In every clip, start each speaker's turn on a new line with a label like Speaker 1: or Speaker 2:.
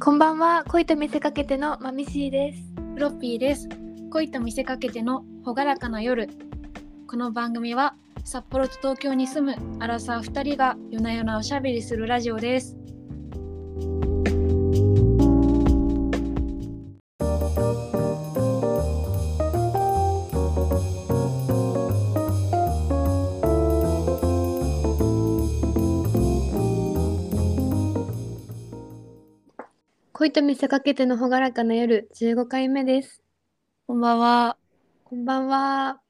Speaker 1: こんばんは恋と見せかけてのまみしーです
Speaker 2: フロッピーです恋と見せかけての朗らかな夜この番組は札幌と東京に住むアラサー2人が夜な夜なおしゃべりするラジオです
Speaker 1: 恋と見せかけてのほがらかな夜15回目です
Speaker 2: こんばんは
Speaker 1: こんばんは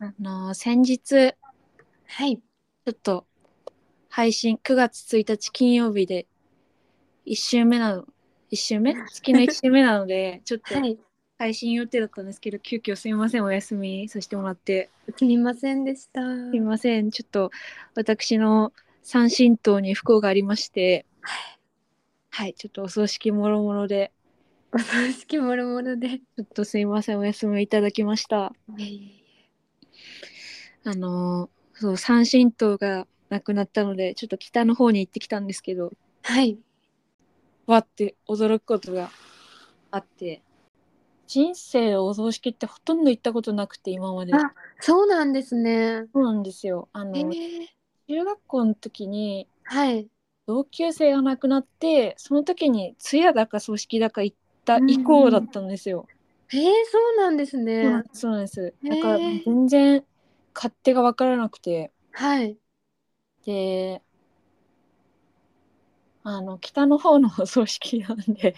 Speaker 2: あの先日ち
Speaker 1: はい
Speaker 2: ょっと配信9月1日金曜日で1週目なの1週目月の1週目なのでちょっと
Speaker 1: はい
Speaker 2: 配信予定だったんですけど急遽すいませんお休みさせてもらって
Speaker 1: すみませんでした
Speaker 2: すいませんちょっと私の三神党に不幸がありましてはいちょっとお葬式もろもろで
Speaker 1: お葬式もろもろで
Speaker 2: ちょっとすいませんお休みをいただきましたあのーそう三神党が亡くなったのでちょっと北の方に行ってきたんですけど
Speaker 1: はい
Speaker 2: わって驚くことがあって人生お葬式ってほとんど行ったことなくて今まで
Speaker 1: あそうなんですね
Speaker 2: そうなんですよあの、
Speaker 1: え
Speaker 2: 中学校の時に
Speaker 1: はい
Speaker 2: 同級生が亡くなってその時に通夜だか葬式だか行った
Speaker 1: うん
Speaker 2: 以降だったんですよ。
Speaker 1: えー、そうなんですね、
Speaker 2: そうなんです。
Speaker 1: へー
Speaker 2: なんか全然勝手が分からなくて
Speaker 1: はい
Speaker 2: であの北の方の葬式なんで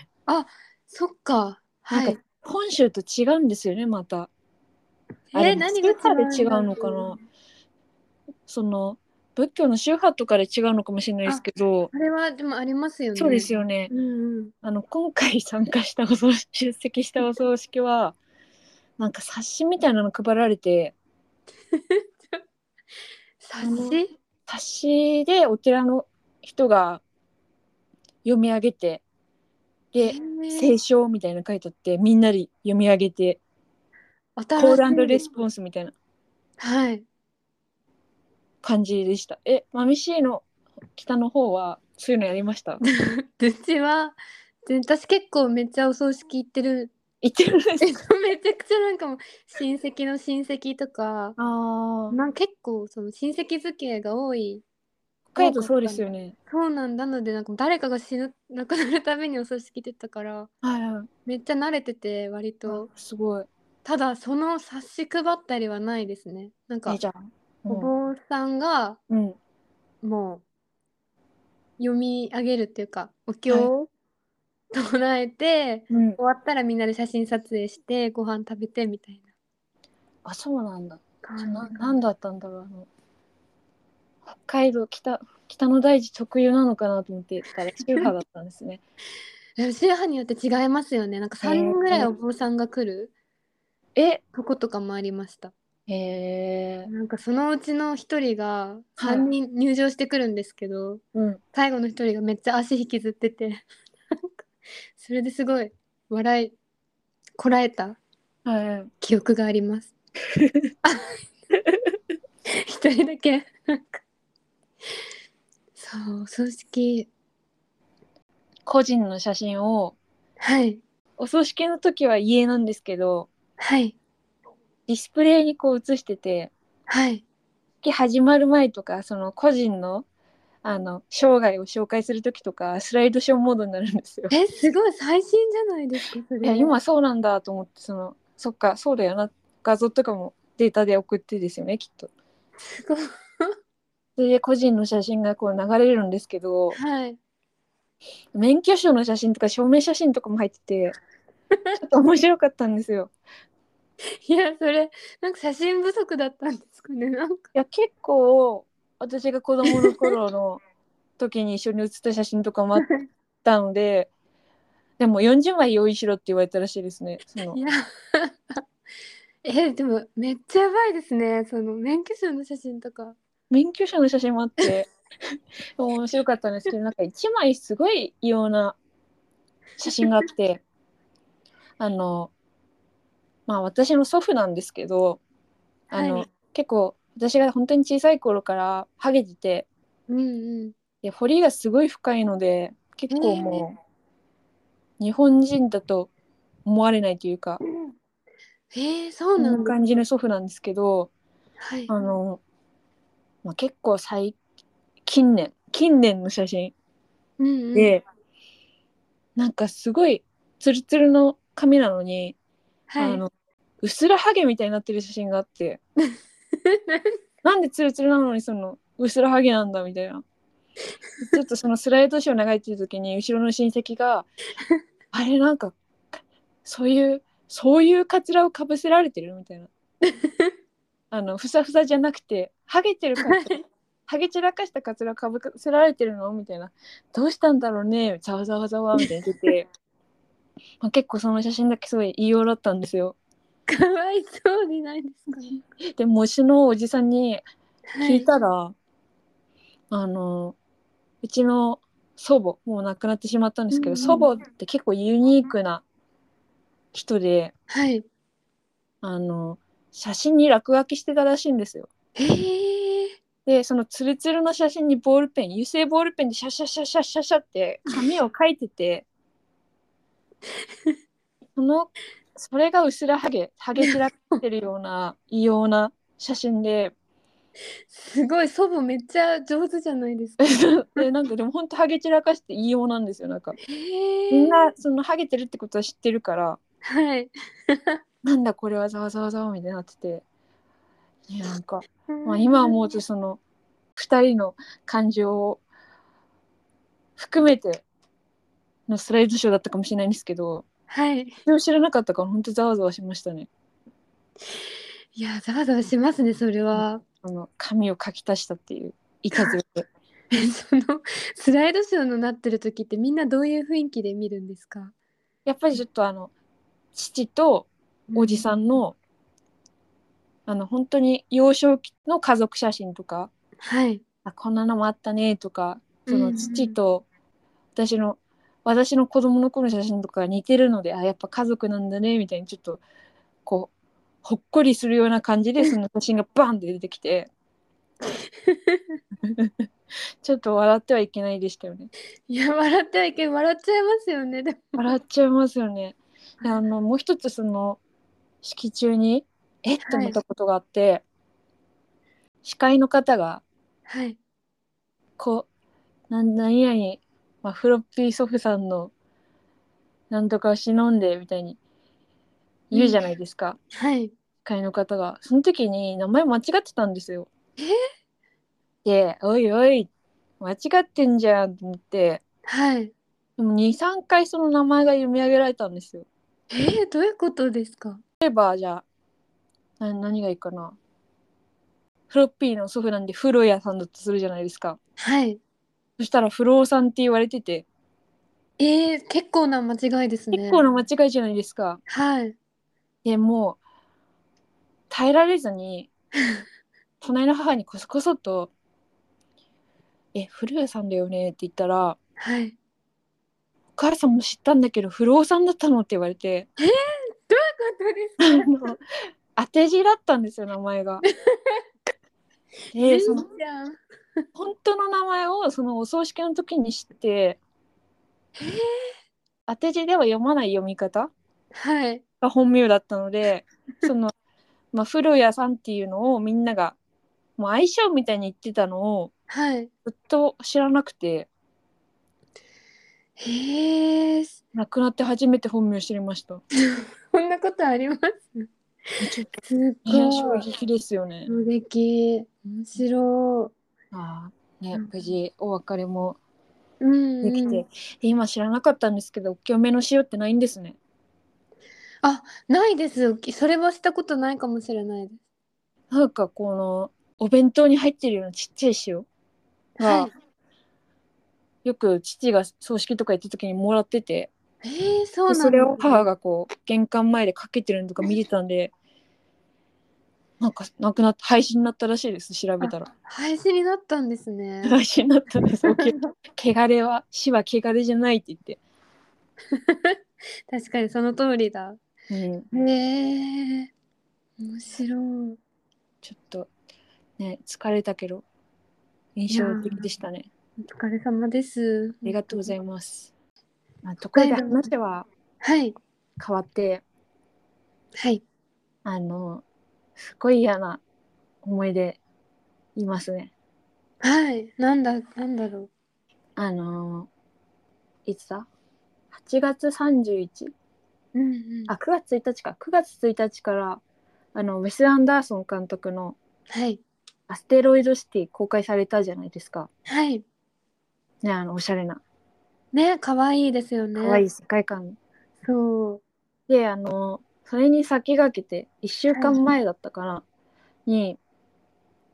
Speaker 1: そっかは
Speaker 2: なん
Speaker 1: い
Speaker 2: か本州と違うんですよねまた。
Speaker 1: え
Speaker 2: あれ
Speaker 1: ー、何が違
Speaker 2: 宗派で違うのかなその仏教の宗派とかで違うのかもしれないですけど
Speaker 1: あれはでもありますよね
Speaker 2: そうです
Speaker 1: よ
Speaker 2: よね。
Speaker 1: うんうん
Speaker 2: あの今回参加したお葬式出席したお葬式はなんか冊子みたいなの配られて
Speaker 1: 冊子
Speaker 2: 冊子でお寺の人が読み上げてで
Speaker 1: へー
Speaker 2: 聖書みたいなの書いてあってみんなで読み上げてコ
Speaker 1: 新しい
Speaker 2: ールレスポンスみたいな
Speaker 1: はい
Speaker 2: 感じでしたえマミシーの北の方はそういうのやりました
Speaker 1: うちはで私結構めっちゃお葬式行ってる
Speaker 2: 言ってるんで
Speaker 1: め
Speaker 2: す
Speaker 1: ちゃ
Speaker 2: か
Speaker 1: くちゃなんかもう親戚の親戚とか
Speaker 2: あ
Speaker 1: なんか結構その親戚付き合いが多い
Speaker 2: 北海道そうですよね
Speaker 1: そうなんだのでなんか誰かが死ぬ亡くなるためにお葬式出たから
Speaker 2: はいはい
Speaker 1: めっちゃ慣れてて割と
Speaker 2: すごい
Speaker 1: ただその冊子配ったりはないですねなんか
Speaker 2: えじゃあ
Speaker 1: お坊さんが
Speaker 2: うん、うん
Speaker 1: もう読み上げるっていうかお経を唱えて、
Speaker 2: うん、
Speaker 1: 終わったらみんなで写真撮影してご飯食べてみたいな
Speaker 2: あそうなんだ
Speaker 1: 感じ
Speaker 2: ななんだったんだろうあの北海道北北の大地特有なのかなと思ってたら宗派だったんです ね
Speaker 1: でも宗派によって違いますよねなんか3人ぐらいお坊さんが来る
Speaker 2: え
Speaker 1: とことかもありました
Speaker 2: へえ
Speaker 1: なんかそのうちの1人が
Speaker 2: はい
Speaker 1: 3人入場してくるんですけど、
Speaker 2: うん
Speaker 1: 最後の1人がめっちゃ足引きずっててなんかそれですごい笑いこらえた
Speaker 2: はいはい
Speaker 1: 記憶があり ます 一人だけなんかそうお葬式
Speaker 2: 個人の写真を
Speaker 1: はい
Speaker 2: お葬式の時は家なんですけど
Speaker 1: はい
Speaker 2: ディスプレイにこう写してて
Speaker 1: はい
Speaker 2: 式始まる前とかその個人のあの生涯を紹介する時とかスライドショーモードになるん ですよ。
Speaker 1: えすごい最新じゃないですかそれ
Speaker 2: いや今そうなんだと思ってそのそっかそうだよな画像とかもデータで送ってですよねきっと。
Speaker 1: すごい
Speaker 2: それで個人の写真がこう流れるんですけど
Speaker 1: はい
Speaker 2: 免許証の写真とか証明写真とかも入っててちょっと面白かったんですよ。
Speaker 1: いやそれなんか写真不足だったんですかねなんか
Speaker 2: いや結構私が子供の頃の時に一緒に写った写真とかもあったのででも40枚用意しろって言われたらしいですね。その
Speaker 1: いや えでもめっちゃやばいですねその免許証の写真とか
Speaker 2: 免許証の写真もあって 面白かったんですけどなんか1枚すごい異様な写真があって あのまあ私の祖父なんですけどあの、
Speaker 1: はい
Speaker 2: 結構私が本当に小さい頃からハゲてて
Speaker 1: うんうん
Speaker 2: で彫りがすごい深いので結構もう、日本人だと思われないというか
Speaker 1: へえそう
Speaker 2: こん
Speaker 1: な
Speaker 2: なん
Speaker 1: だ。
Speaker 2: 感じの祖父なんですけど
Speaker 1: はい。
Speaker 2: あの、まあ、結構最近年近年の写真
Speaker 1: うんうん、
Speaker 2: で、なんかすごいツルツルの髪なのに、
Speaker 1: はい。
Speaker 2: あのうすらハゲみたいになってる写真があってなんでツルツルなのにそのうすらハゲなんだみた いなちょっとそのスライドショー流れてる時に後ろの親 戚が「あれなんかそういうそういうカツラをかぶせられてる?」みたいなあのふさふさじゃなくてハゲてるからハゲ散らかしたカツラかぶせられてるのみたいな「どうしたんだろうね」ざわざわざわみたいに出て、 まあ、結構その写真だけすごい異様だったんですよ。
Speaker 1: かわいそうにないですか、ね。
Speaker 2: で模試のおじさんに
Speaker 1: は
Speaker 2: 聞いたら、あのうちの祖母もう亡くなってしまったんですけど、
Speaker 1: うんうん
Speaker 2: 祖母って結構ユニークな人で
Speaker 1: はい。
Speaker 2: あの写真に落書きしてたらしいんですよ。
Speaker 1: へえ。
Speaker 2: でそのツルツルの写真にボールペン油性ボールペンでシャシャシャシャシャシャって紙を書いててそのそれがうすらハゲハゲ散らかってるような異様な写真で
Speaker 1: すごい祖母めっちゃ上手じゃない ですか。
Speaker 2: でなんかでも本当ハゲ散らかして異様なんですよなんか
Speaker 1: へ
Speaker 2: み
Speaker 1: え
Speaker 2: ん。なそのハゲてるってことは知ってるから
Speaker 1: はい。
Speaker 2: なんだこれはざわざわざわみたいになってていやなんか、まあ、今思うとその2人の感情を含めてのスライドショーだったかもしれないんですけど
Speaker 1: はい。
Speaker 2: それを知らなかったから本当ざわざわしましたね
Speaker 1: いやざわざわしますねそれは。
Speaker 2: あの髪を書き足したっていういたずらで
Speaker 1: えそのスライドショーのなってる時ってみんなどういう雰囲気で見るんですか。
Speaker 2: やっぱりちょっとあの父とおじさんのあの本当に幼少期の家族写真とか
Speaker 1: はい。
Speaker 2: あこんなのもあったねとかそ
Speaker 1: うんう
Speaker 2: の
Speaker 1: ん
Speaker 2: 父と私の、私の子供の頃の写真とか似てるのであやっぱ家族なんだねみたいにちょっとこうほっこりするような感じでその写真がバンって出てきてちょっと笑ってはいけないでしたよね
Speaker 1: いや笑ってはいけん笑っちゃいますよねでも。
Speaker 2: 笑っちゃいますよねであのもう一つその式中にえっと思ったことがあって、司会の方が
Speaker 1: はい。
Speaker 2: こう、なん何々、まあ、フロッピー祖父さんのなんとかを忍んでみたいに言うじゃないですか、
Speaker 1: はい。
Speaker 2: 会の方が。その時に名前間違ってたんですよ。
Speaker 1: え
Speaker 2: で、おいおい、間違ってんじゃんと思って、
Speaker 1: はい。
Speaker 2: でも2、3回その名前が読み上げられたんですよ。
Speaker 1: えー、どういうことですか。
Speaker 2: 例えば、じゃあ、な何がいいかな。フロッピーの祖父なんで、フロヤさんだとするじゃないですか。
Speaker 1: はい。
Speaker 2: そしたら、フローさんって言われてて、
Speaker 1: えー、結構な間違いですね。
Speaker 2: 結構な間違いじゃないですか。
Speaker 1: はい。
Speaker 2: でもう耐えられずに 隣の母にこそこそと「え古谷さんだよね」って言ったら
Speaker 1: はい。
Speaker 2: 「お母さんも知ったんだけど古尾さんだったの?」って言われて あ
Speaker 1: どういうことですか。
Speaker 2: の当て字だったんですよ名 前が。でその
Speaker 1: じゃん。
Speaker 2: 本当の名前をそのお葬式の時に知って
Speaker 1: えー、
Speaker 2: 当て字では読まない読み方
Speaker 1: はい。
Speaker 2: が本名だったの でその、まあ、古谷さんっていうのをみんながもう相性みたいに言ってたのを
Speaker 1: はい。
Speaker 2: ずっと知らなくて
Speaker 1: へえ。
Speaker 2: 亡くなって初めて本名知りました。
Speaker 1: こんなことあります。
Speaker 2: ちょっと
Speaker 1: すっ
Speaker 2: いや衝
Speaker 1: ごい。
Speaker 2: 撃ですよね。
Speaker 1: 衝撃。面白
Speaker 2: ああ
Speaker 1: う
Speaker 2: ね
Speaker 1: ん
Speaker 2: 無事お別れも
Speaker 1: い。うん、
Speaker 2: できて、
Speaker 1: うん。
Speaker 2: 今知らなかったんですけどお清めの塩ってないんですね。
Speaker 1: ないです。それはしたことないかもしれないで
Speaker 2: なんかこのお弁当に入ってるようなちっちゃい塩
Speaker 1: す。
Speaker 2: が、
Speaker 1: は
Speaker 2: よく父が葬式とか行った時にもらってて
Speaker 1: い。えー、そうなん
Speaker 2: で
Speaker 1: だ。
Speaker 2: それを母がこう玄関前でかけてるのとか見てたんで。なんかなくなった配信になったらしいです調べたら
Speaker 1: 廃止になったんですね。
Speaker 2: 配信になったんですお清め汚れは死は汚れじゃないって言って、
Speaker 1: 確かにその通りだ。
Speaker 2: うん、
Speaker 1: へえ。面白い。
Speaker 2: ちょっとね疲れたけど印象的でしたね
Speaker 1: お疲れ様です。
Speaker 2: ありがとうございますまあ、ところで話は
Speaker 1: はい
Speaker 2: 変わって
Speaker 1: はい
Speaker 2: あのすごい嫌な思い出いますね。
Speaker 1: はいなんだなんだろ
Speaker 2: あのいつだ ?8 月31
Speaker 1: ううんうん
Speaker 2: あ9月1日か9月1日からあのウェス・アンダーソン監督の
Speaker 1: はい
Speaker 2: 「アステロイド・シティ」公開されたじゃないですか。
Speaker 1: はい
Speaker 2: ねあのおしゃれな
Speaker 1: ね可愛いですよね
Speaker 2: 可愛い世界観
Speaker 1: そう
Speaker 2: であのそれに先駆けて1週間前だったかな、に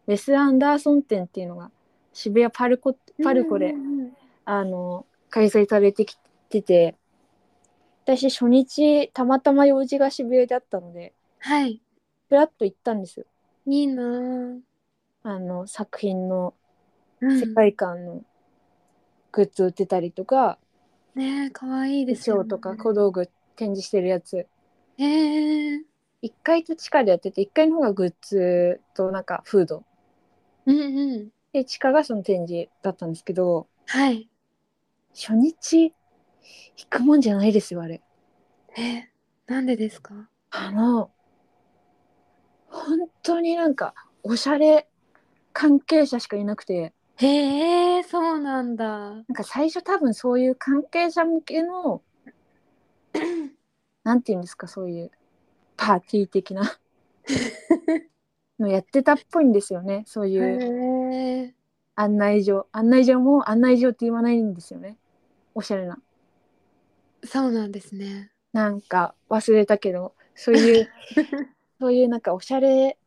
Speaker 2: ウェス・アンダーソン展っていうのが渋谷パルコパルコで、
Speaker 1: うんうん
Speaker 2: あの開催されてきてて私初日たまたま用事が渋谷であったので
Speaker 1: はい
Speaker 2: ふらっと行ったんですよ
Speaker 1: いいなぁ
Speaker 2: あの作品の
Speaker 1: うん
Speaker 2: 世界観のグッズ売ってたりとか、
Speaker 1: ね可愛いで
Speaker 2: 衣
Speaker 1: すよ、
Speaker 2: 装
Speaker 1: ね、
Speaker 2: とか小道具展示してるやつ
Speaker 1: へえ
Speaker 2: 1階と地下でやってて1階の方がグッズとなんかフード
Speaker 1: うんうん
Speaker 2: で地下がその展示だったんですけど
Speaker 1: はい
Speaker 2: 初日行くもんじゃないですよあれ
Speaker 1: えなんでですか
Speaker 2: あの本当になんかおしゃれ関係者しかいなくて
Speaker 1: へえそうなんだ
Speaker 2: なんか最初多分そういう関係者向けのなんていうんですかそういうパーティー的なのやってたっぽいんですよねそう
Speaker 1: へ
Speaker 2: いう
Speaker 1: え
Speaker 2: 案内所案内所も案内所って言わないんですよねおしゃれな
Speaker 1: そうなんですね
Speaker 2: なんか忘れたけどそういう そういうなんかおしゃれ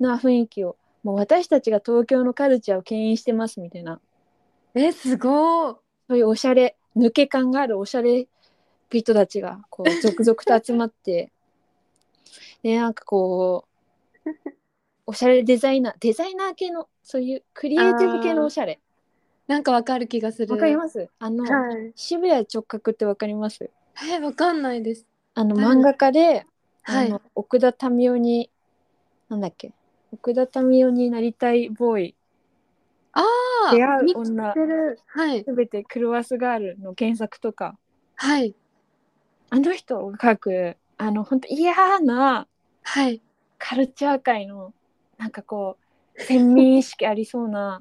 Speaker 2: な雰囲気をもう私たちが東京のカルチャーを牽引してますみたいな
Speaker 1: えすごー
Speaker 2: そういうおしゃれ抜け感があるおしゃれ人たちがこう続々と集まって でなんかこうおしゃれデザイナーデザイナー系のそういうクリエイティブ系のおしゃれ
Speaker 1: なんかわかる気がする
Speaker 2: わかりますあの、
Speaker 1: はい
Speaker 2: 渋谷直角ってわかります
Speaker 1: えわかんないです
Speaker 2: あの
Speaker 1: 誰
Speaker 2: 漫画家で、
Speaker 1: はい
Speaker 2: あの奥田民生になんだっけ奥田民生になりたいボーイ
Speaker 1: ああ
Speaker 2: 出会う
Speaker 1: 見
Speaker 2: 女
Speaker 1: てるはい
Speaker 2: すべてクロワスガールの原作とか
Speaker 1: はい
Speaker 2: あの人が書くあの本当嫌な
Speaker 1: はい
Speaker 2: カルチャー界のなんかこ う先民意識ありそうな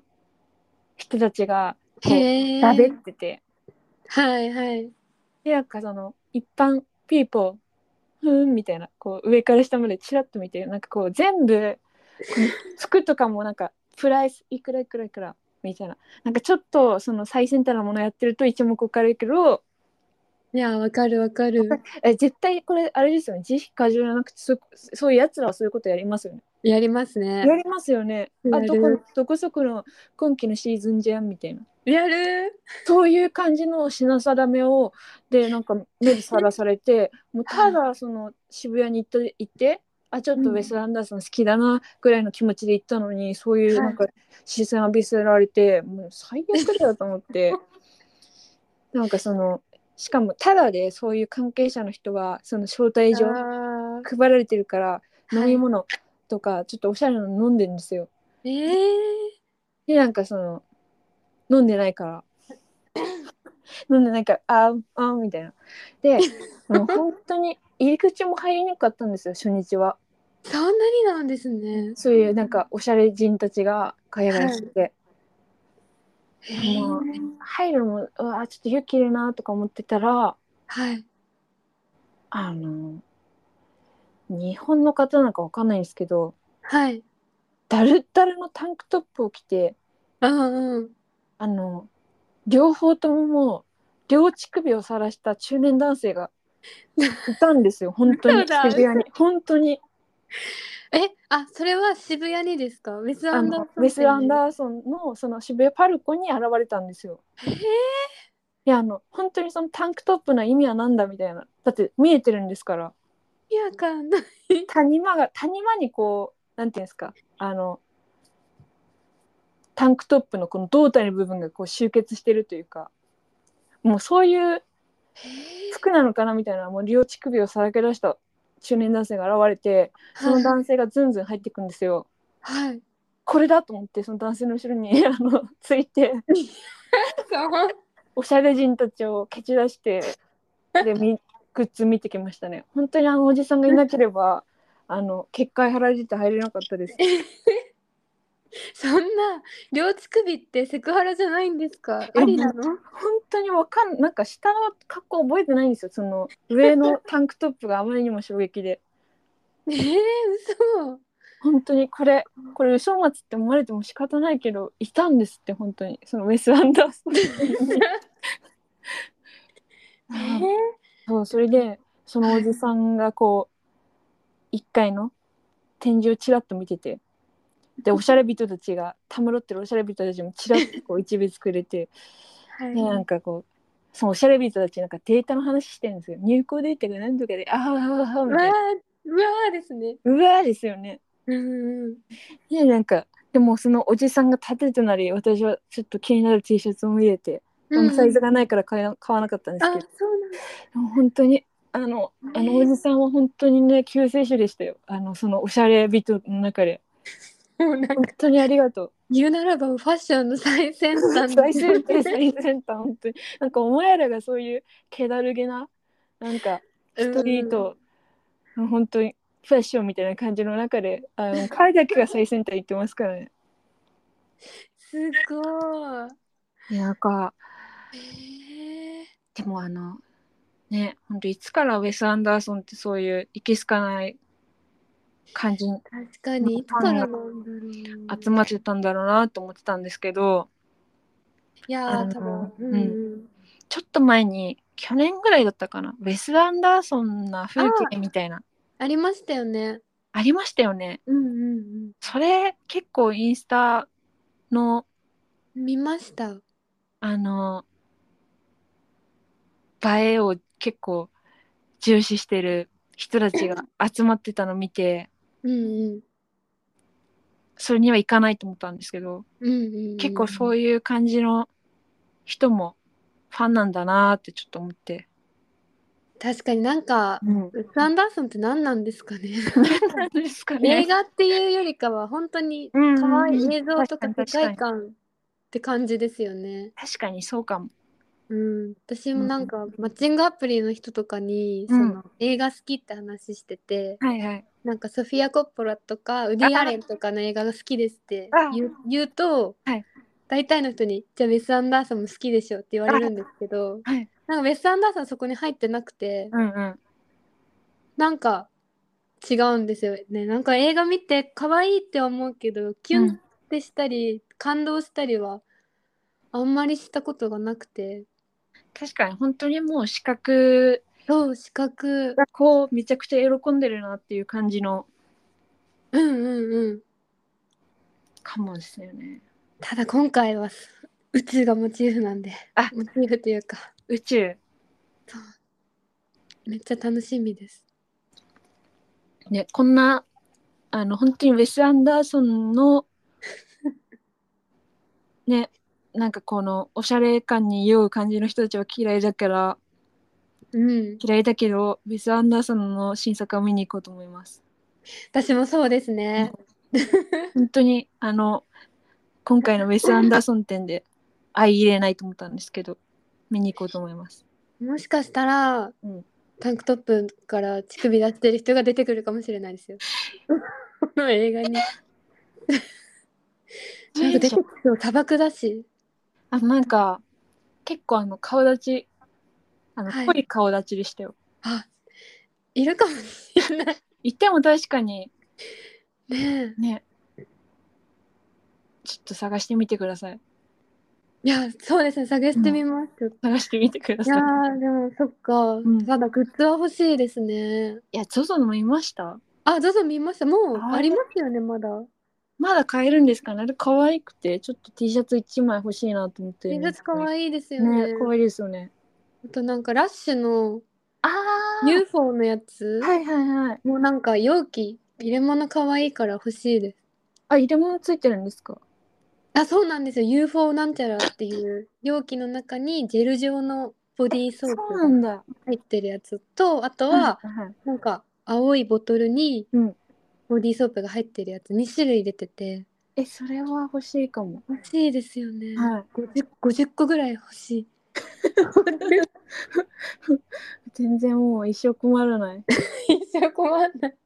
Speaker 2: 人たちがこう
Speaker 1: へえ
Speaker 2: だべってて
Speaker 1: はいはい
Speaker 2: でなんかその一般ピーポーふーんみたいなこう上から下までチラッと見てなんかこう全部この服とかもなんかプライスいくらいくらいくらみたいななんかちょっとその最先端なものやってると一目置かれるけど
Speaker 1: いやわかるわかる
Speaker 2: え絶対これあれですよね自費過剰じゃなくてそそういうやつらはそういうことやりますよね。
Speaker 1: やりますね
Speaker 2: やりますよね。
Speaker 1: や
Speaker 2: あ
Speaker 1: る
Speaker 2: どこどこそこの今期のシーズンじゃんみたいな
Speaker 1: やる
Speaker 2: そういう感じの品定めをでなんか目にさらさ れてもうただその渋谷に行って行ってあちょっとウェス・アンダーソン好きだなぐらいの気持ちで行ったのにそういう
Speaker 1: はい
Speaker 2: なんか視線浴びせられてもう最悪だよと思って なんかそのしかもただでそういう関係者の人はその招待状
Speaker 1: あ
Speaker 2: 配られてるから
Speaker 1: ー
Speaker 2: 飲み物とかちょっとおしゃれなの飲んでるんですよ。
Speaker 1: はいええ
Speaker 2: でなんかその飲んでないから飲んでないからあーあーみたいなでもう本当に入り口も入りにくかったんですよ初日は
Speaker 1: そんなになんですね
Speaker 2: そういうなんかおしゃれ人たちがガヤガヤしてて、
Speaker 1: へえ
Speaker 2: もう入るのもうわーちょっと雪いるなとか思ってたら
Speaker 1: はい
Speaker 2: あの日本の方なんかわかんないんですけど
Speaker 1: はい
Speaker 2: だるだるのタンクトップを着て
Speaker 1: うんうん
Speaker 2: あの両方とももう両乳首を晒した中年男性がいた んですよ本当
Speaker 1: そう
Speaker 2: に
Speaker 1: だ
Speaker 2: 渋谷に本当に
Speaker 1: えあそれは渋谷にですかウェスア
Speaker 2: あ
Speaker 1: ンダー
Speaker 2: のウェス・アン
Speaker 1: ー
Speaker 2: ダーソンのその渋谷パルコに現れたんですよ。
Speaker 1: へえ
Speaker 2: いやあの本当にそのタンクトップの意味は何だみたいなだって見えてるんですから
Speaker 1: いやかな
Speaker 2: 谷間が谷間にこうなんていうんですかあのタンクトップのこの胴体の部分がこう集結してるというかもうそういう
Speaker 1: へ
Speaker 2: 服なのかなみたいなもう両乳首をさらけ出した中年男性が現れてその
Speaker 1: は
Speaker 2: 男性がズンズン入ってくんですよ。
Speaker 1: いはい
Speaker 2: これだと思ってその男性の後ろにあのついて
Speaker 1: そう
Speaker 2: おしゃれ人たちを蹴散らしてでみグッズ見てきましたね本当にあのおじさんがいなければあの結界張られて入れなかったです
Speaker 1: そんな両乳首ってセクハラじゃないんですか
Speaker 2: や
Speaker 1: ありなの
Speaker 2: 本当にわかんなんか下の格好覚えてないんですよその上のタンクトップがあまりにも衝撃で
Speaker 1: えー、嘘
Speaker 2: 本当にこれこれ嘘松って思われても仕方ないけどいたんですって本当にそのウェス・アンダーソン
Speaker 1: え
Speaker 2: あ
Speaker 1: ー
Speaker 2: ー そうそれでそのおじさんがこう1階の展示をちらっと見ててでおしゃれ人たちがたむろってるおしゃれ人たちもちらっとこう一別くれて
Speaker 1: はい
Speaker 2: でなんかこうそのおしゃれ人たちなんかデータの話してるんですよ入稿データが何とかであーあーあー
Speaker 1: う
Speaker 2: み
Speaker 1: わ
Speaker 2: た
Speaker 1: ー
Speaker 2: いな
Speaker 1: うわーですね
Speaker 2: うわーですよね
Speaker 1: うんうん
Speaker 2: でなんかでもそのおじさんが盾となり私はちょっと気になる T シャツを見れて、でもサイズがないから買えな買わなかったんです
Speaker 1: あ
Speaker 2: けど
Speaker 1: そうなんだ
Speaker 2: でも本当にあのあのおじさんは本当にね救世主でしたよあのそのおしゃれ人の中で
Speaker 1: もうなんか
Speaker 2: 本当にありがとう
Speaker 1: 言うならばファッションの最先端
Speaker 2: 最先端最先端本当になんかお前らがそういう気だるげななんかストリート、本当にファッションみたいな感じの中であの彼だけが最先端行ってますからね
Speaker 1: すごい
Speaker 2: いやなんか
Speaker 1: えー
Speaker 2: でもあのね本当いつからウェス・アンダーソンってそういういけすかない感じに
Speaker 1: 確かにいつからなんだろう
Speaker 2: 集まってたんだろうなと思ってたんですけど
Speaker 1: いやー多分
Speaker 2: う
Speaker 1: うんんうん
Speaker 2: ちょっと前に去年ぐらいだったかなウェス・アンダーソンな風景みたいな
Speaker 1: ありましたよね
Speaker 2: ありましたよね
Speaker 1: うんうん
Speaker 2: それ結構インスタの
Speaker 1: うん見ました
Speaker 2: あの映えを結構重視してる人たちが集まってたの見て
Speaker 1: うん
Speaker 2: それにはいかないと思ったんですけど
Speaker 1: うんうんうん
Speaker 2: 結構そう
Speaker 1: いう
Speaker 2: いう感じの人もファンなんだなーってちょっと思って、
Speaker 1: 確かになんかウッズ・アンダーソンって何なんですか ね
Speaker 2: 何なんですか
Speaker 1: 映
Speaker 2: ね
Speaker 1: 画っていうよりかは本当に
Speaker 2: うんうん
Speaker 1: 可愛い映像とか
Speaker 2: 確か
Speaker 1: 世
Speaker 2: に確か
Speaker 1: 界
Speaker 2: に
Speaker 1: 観って感じですよね
Speaker 2: 確かにそうかも
Speaker 1: うん私もなんかマッチングアプリの人とかに
Speaker 2: う
Speaker 1: そ
Speaker 2: ん
Speaker 1: の映画好きって話してて
Speaker 2: はいはい
Speaker 1: なんかソフィア・コッポラとかウディ・アレンとかの映画が好きですって
Speaker 2: あ
Speaker 1: 言う言うと、
Speaker 2: はい
Speaker 1: 大体の人に「じゃあウェス・アンダーソンも好きでしょ」って言われるんですけど、
Speaker 2: はい
Speaker 1: なんかウェス・アンダーソンそこに入ってなくて、
Speaker 2: うんうん
Speaker 1: なんか違うんですよねなんか映画見て可愛いって思うけどキュンってしたり、感動したりはあんまりしたことがなくて
Speaker 2: 確かに本当にもう視覚
Speaker 1: そう視覚
Speaker 2: がこうめちゃくちゃ喜んでるなっていう感じの
Speaker 1: うんうんうん
Speaker 2: かもですよね
Speaker 1: ただ今回はす宇宙がモチーフなんで
Speaker 2: あ
Speaker 1: モチーフというか
Speaker 2: 宇宙
Speaker 1: めっちゃ楽しみです
Speaker 2: ねこんなあの本当にウェス・アンダーソンの ねなんかこのおしゃれ感に酔う感じの人たちは嫌いだから
Speaker 1: うん
Speaker 2: 嫌いだけど、ウェス・アンダーソンの新作を見に行こうと思います。
Speaker 1: 私もそうですね
Speaker 2: 本当に、あの、今回のウェス・アンダーソン展で相入れないと思ったんですけど、見に行こうと思います。
Speaker 1: もしかしたら、
Speaker 2: うん
Speaker 1: タンクトップから乳首出してる人が出てくるかもしれないですよ この映画になんか出てきそう砂漠だし
Speaker 2: あなんか、結構あの、顔立ち、あの、
Speaker 1: はい
Speaker 2: 濃い顔立ちでしたよ。
Speaker 1: あいるかもしれない
Speaker 2: い、ても確かに、
Speaker 1: ねえ
Speaker 2: ね、ちょっと探してみてください。
Speaker 1: いやそうですね探してみます、ちょっと
Speaker 2: 探してみてくだ
Speaker 1: い
Speaker 2: さい。
Speaker 1: や
Speaker 2: い
Speaker 1: ーでもそっか、
Speaker 2: ん
Speaker 1: ただグッズは欲しいですね
Speaker 2: や、ゾゾもいました
Speaker 1: あどうぞ見ましたもう
Speaker 2: あー
Speaker 1: ありますよねまだ
Speaker 2: まだ買えるんですかねあれ可愛くて、ちょっと T シャツ1枚欲しいなと思ってるん
Speaker 1: 珍
Speaker 2: で
Speaker 1: し
Speaker 2: すけ
Speaker 1: 可
Speaker 2: ど。
Speaker 1: 愛いですよね
Speaker 2: ね、怖いですよね。
Speaker 1: あとなんかラッシュの
Speaker 2: あ
Speaker 1: UFO のやつ
Speaker 2: はいはいはい。
Speaker 1: もうなんか容器入れ物可愛いから欲しいです
Speaker 2: あ、入れ物ついてるんですか。
Speaker 1: あそうなんですよ UFO なんちゃらっていう容器の中にジェル状のボディーソープが
Speaker 2: んだ。
Speaker 1: 入ってるやつとあと
Speaker 2: は
Speaker 1: はい
Speaker 2: はい。
Speaker 1: なんか青いボトルに
Speaker 2: うん
Speaker 1: ボディーソープが入ってるやつ2種類出てて
Speaker 2: え、それは欲しいかも。
Speaker 1: 欲しいですよね、
Speaker 2: はい。
Speaker 1: 50, 50個ぐらい欲しい
Speaker 2: 全然もう一生困らない。
Speaker 1: 一生困んない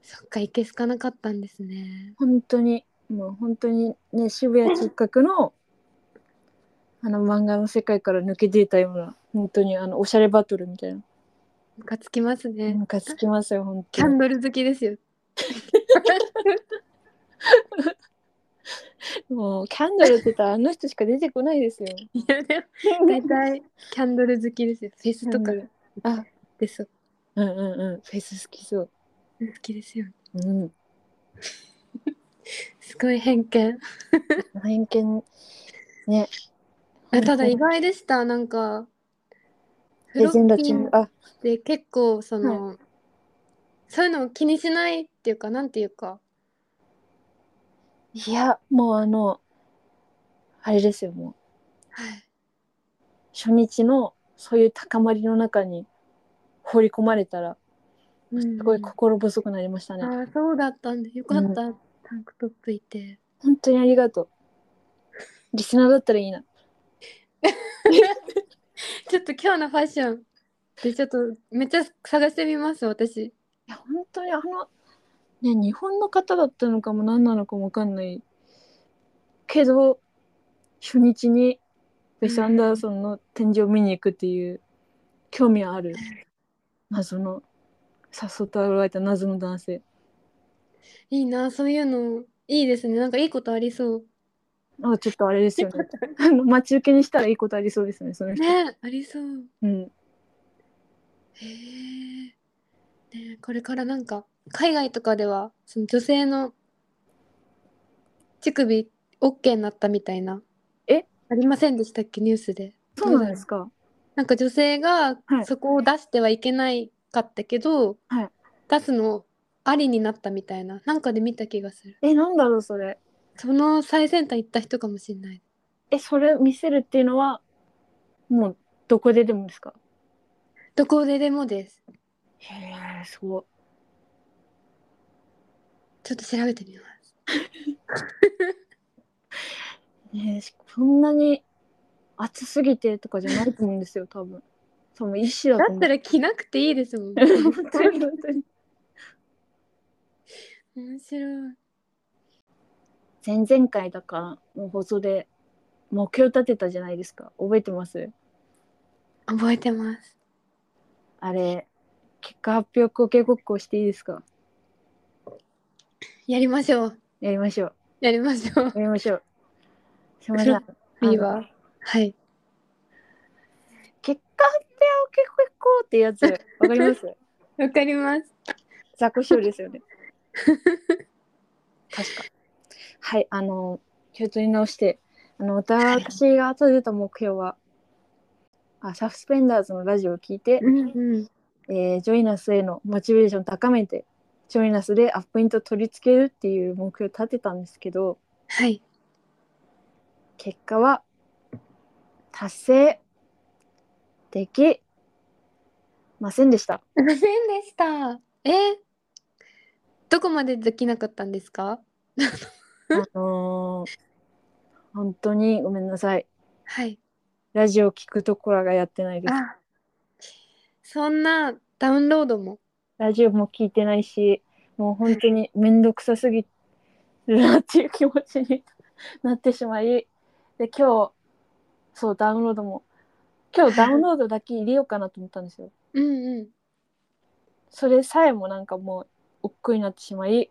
Speaker 1: そっかいけすかなかったんですね
Speaker 2: 本当にもう本当にね渋谷直角のあの漫画の世界から抜けていたような本当にあのおしゃれバトルみたいな
Speaker 1: ムカつきますね、
Speaker 2: ムカつきますよ本
Speaker 1: キ
Speaker 2: 当
Speaker 1: ャン
Speaker 2: に
Speaker 1: ドル好きですよ
Speaker 2: もうキャンドルって言ったらあの人しか出てこないですよ
Speaker 1: いやでも 大体キャンドル好きですよフェスとか
Speaker 2: あ
Speaker 1: ですよ
Speaker 2: うんうんうんフェス好きそう
Speaker 1: 好きですよ
Speaker 2: うん
Speaker 1: すごい偏見
Speaker 2: 偏見ね
Speaker 1: あただ意外でしたなんかフ
Speaker 2: レ
Speaker 1: ロ
Speaker 2: ジェン
Speaker 1: ッ
Speaker 2: ダ
Speaker 1: ピ
Speaker 2: キン
Speaker 1: ー
Speaker 2: グあ
Speaker 1: で結構その、そういうのを気にしないっていうかなんていうか
Speaker 2: いやもうあのあれですよもう
Speaker 1: はい
Speaker 2: 初日のそういう高まりの中に放り込まれたらすごい心細くなりましたね、
Speaker 1: ああそうだったんでよかった、タンクトップいて
Speaker 2: 本当にありがとうリスナーだったらいいな
Speaker 1: ちょっと今日のファッションでちょっとめっちゃ探してみます私
Speaker 2: いや本当にあのね日本の方だったのかも何なのかも分かんないけど初日にベス・アンダーソンの展示を見に行くっていう興味ある謎のさっそと現れた謎の男性
Speaker 1: いいなそういうのいいですねなんかいいことありそ
Speaker 2: あちょっとあれですよねあの 待ち受けにしたらいいことありそうですねその
Speaker 1: う
Speaker 2: 人、
Speaker 1: ねありそう
Speaker 2: うん、
Speaker 1: へえ、ね、これからなんか海外とかではその女性の乳首 OK になったみたいな
Speaker 2: え
Speaker 1: ありませんでしたっけニュースで
Speaker 2: そうなんですか
Speaker 1: なんか女性が
Speaker 2: はい
Speaker 1: そこを出してはいけないかったけど、
Speaker 2: はい
Speaker 1: 出すのありになったみたいななんかで見た気がする
Speaker 2: えなんだろうそれ
Speaker 1: その最先端行った人かもしれない
Speaker 2: えそれ見せるっていうのはもうどこででもですか
Speaker 1: どこででもです
Speaker 2: へえすごい
Speaker 1: ちょっと調べてみます
Speaker 2: ねえしそんなに暑すぎてとかじゃないと思うんですよ多分多分医師だ
Speaker 1: だ
Speaker 2: と思
Speaker 1: っ
Speaker 2: う
Speaker 1: たら着なくていいですもん
Speaker 2: 本当に本当に
Speaker 1: 面白い
Speaker 2: 前々回だからの放送で目標立てたじゃないですか覚えてます
Speaker 1: 覚えてます
Speaker 2: あれ結果発表後継ごっこしていいですか
Speaker 1: やりましょう
Speaker 2: やりましょう
Speaker 1: やりまし ょう。
Speaker 2: やりましょうすいませんあの
Speaker 1: いいわ。はい。
Speaker 2: 結果発表後継ごっこってやつわかります
Speaker 1: わかります。
Speaker 2: 雑魚賞ですよ ね確かはいあの気を取り直してあの私が立てた目標は、あサスペンダーズのラジオを聞いて、
Speaker 1: んうん。
Speaker 2: えージョイナスへのモチベーションを高めてジョイナスでアポイントを取り付けるっていう目標を立てたんですけど
Speaker 1: はい。
Speaker 2: 結果は達成できませんでした
Speaker 1: ませんでした。えどこまでできなかったんですか
Speaker 2: あのー本当にごめんなさい
Speaker 1: はい。
Speaker 2: ラジオ聞くところがやってないです。
Speaker 1: あそんなダウンロードも。
Speaker 2: ラジオも聞いてないし、もう本当に面倒くさすぎるなっていう気持ちになってしまい、で、今日、そう、ダウンロードも、今日ダウンロードだけ入れようかなと思ったんですよ。
Speaker 1: うんうん。
Speaker 2: それさえもなんかもう、億劫になってしまい、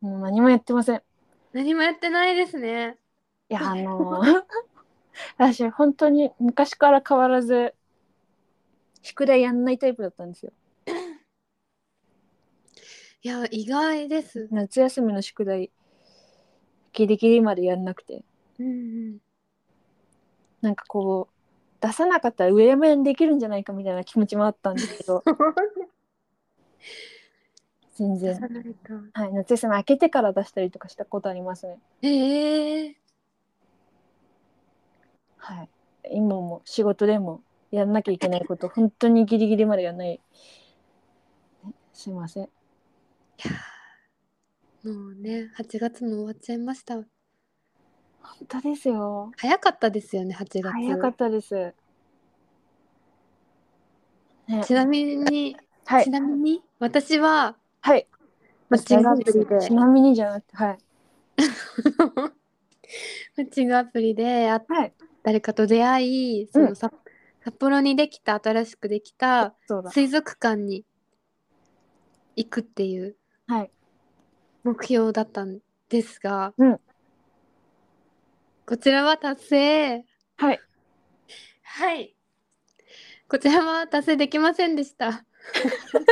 Speaker 2: もう何もやってません。い
Speaker 1: 何もやってないですね。
Speaker 2: や、あのー 私、本当に昔から変わらず、宿題やんないタイプだったんですよ。
Speaker 1: いや、意外です。
Speaker 2: 夏休みの宿題ギリギリまでやんなくて
Speaker 1: うんうん。
Speaker 2: なんかこう出さなかったら上山にできるんじゃないかみたいな気持ちもあったんですけど全
Speaker 1: 出
Speaker 2: 然
Speaker 1: さ、ないと
Speaker 2: はい、夏休み明けてから出したりとかしたことありますね
Speaker 1: ええ
Speaker 2: はい今も仕事でもやんなきゃいけない こと本当にギリギリまでやんないねすいません
Speaker 1: もうね、8月も終わっちゃいました。
Speaker 2: 本当ですよ。
Speaker 1: 早かったですよね8月
Speaker 2: 早かったです。ね
Speaker 1: ちなみに、
Speaker 2: は
Speaker 1: ち
Speaker 2: い。
Speaker 1: なみに私は
Speaker 2: はい。
Speaker 1: マッチングアプリで
Speaker 2: ちなみにじゃなくて、はい。
Speaker 1: マッ チングアプリであ
Speaker 2: はい。
Speaker 1: 誰かと出会いそうの
Speaker 2: ん
Speaker 1: さ、札幌にできた新しくできた
Speaker 2: そうだ。
Speaker 1: 水族館に行くっていう
Speaker 2: はい。
Speaker 1: 目標だったんですが、
Speaker 2: うん
Speaker 1: こちらは達成
Speaker 2: はい。
Speaker 1: はいこちらは達成できませんでした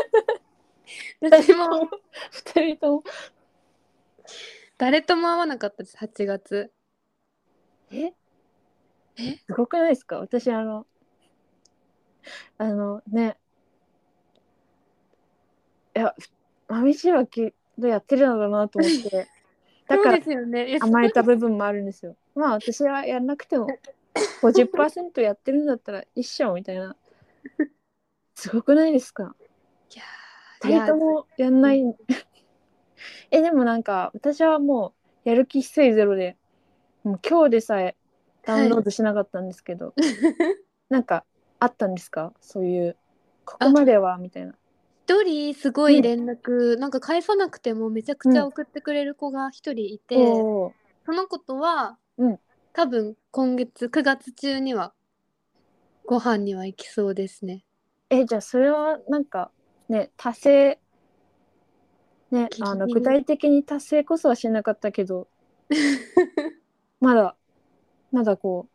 Speaker 1: 私も
Speaker 2: 二人とも。
Speaker 1: 誰とも会わなかったです8月
Speaker 2: え
Speaker 1: え
Speaker 2: すごくないですか私あのあのねいや豆しばきでやってるのかなと思って だか
Speaker 1: そう
Speaker 2: ら
Speaker 1: ですよねいや
Speaker 2: 甘えた部分もあるんですよまあ私はやんなく ても50%やってるんだったら一緒みたいなすごくないですか
Speaker 1: いやーい
Speaker 2: 2人
Speaker 1: や
Speaker 2: ともやんない えでもなんか私はもうやる気一切ゼロでもう今日でさえダウンロードしなかったんですけど、なんかあったんですかそういうここまではみたいな
Speaker 1: 一人すごい連絡、なんか返さなくてもめちゃくちゃ送ってくれる子が一人いて、
Speaker 2: おー
Speaker 1: その子とは、
Speaker 2: うん
Speaker 1: 多分今月9月中にはご飯には行きそうですね。
Speaker 2: えじゃあそれはなんかね達成ね
Speaker 1: ギリギリ
Speaker 2: あの具体的に達成こそはしなかったけ どまだまだこ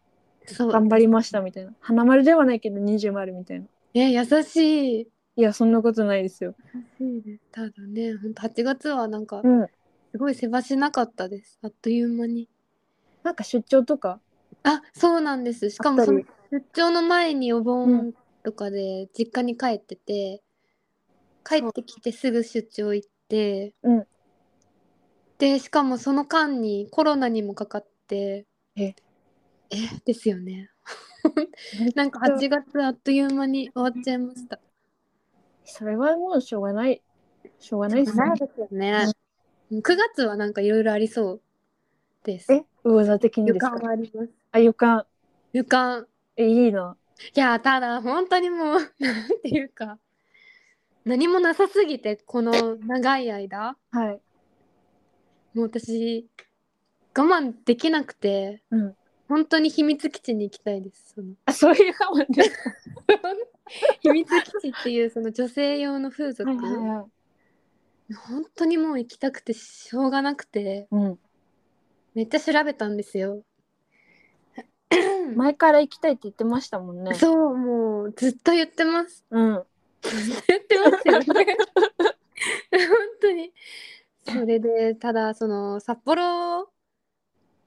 Speaker 1: そうう
Speaker 2: 頑張りましたみたいな花丸ではないけど20丸みたいな
Speaker 1: ね優しい。
Speaker 2: いやそんなことないですよ
Speaker 1: ただね本当8月はなんか
Speaker 2: うん
Speaker 1: すごいせわしなかったですあっという間に。
Speaker 2: なんか出張とか
Speaker 1: あそうなんですしか
Speaker 2: あ
Speaker 1: も
Speaker 2: った
Speaker 1: その
Speaker 2: り
Speaker 1: 出張の前にお
Speaker 2: う
Speaker 1: 盆とかで実家に帰ってて、帰ってきてすぐ出張行って、
Speaker 2: うん
Speaker 1: でしかもその間にコロナにもかかって
Speaker 2: え
Speaker 1: えですよねなんか8月あっという間に終わっちゃいました
Speaker 2: それはもうしょうがないしょうがないですね
Speaker 1: すよね9月はなんかいろいろありそうです
Speaker 2: え魚座的に
Speaker 1: 予
Speaker 2: です
Speaker 1: 感
Speaker 2: か
Speaker 1: はあります
Speaker 2: あ予感
Speaker 1: 予感
Speaker 2: えいいない
Speaker 1: やただ本当にもうなんていうか何もなさすぎてこの長い間
Speaker 2: はい
Speaker 1: もう私我慢できなくて
Speaker 2: うん
Speaker 1: 本当に秘密基地に行きたいです その
Speaker 2: あそういうかもね
Speaker 1: 秘密基地っていうその女性用の風俗、
Speaker 2: はいはいはい
Speaker 1: 本当にもう行きたくてしょうがなくて
Speaker 2: うん
Speaker 1: めっちゃ調べたんですよ、
Speaker 2: 前から行きたいって言ってましたもんね。
Speaker 1: そうもうずっと言ってます
Speaker 2: うん。
Speaker 1: ずっと言ってますよね本当にそれでただその札幌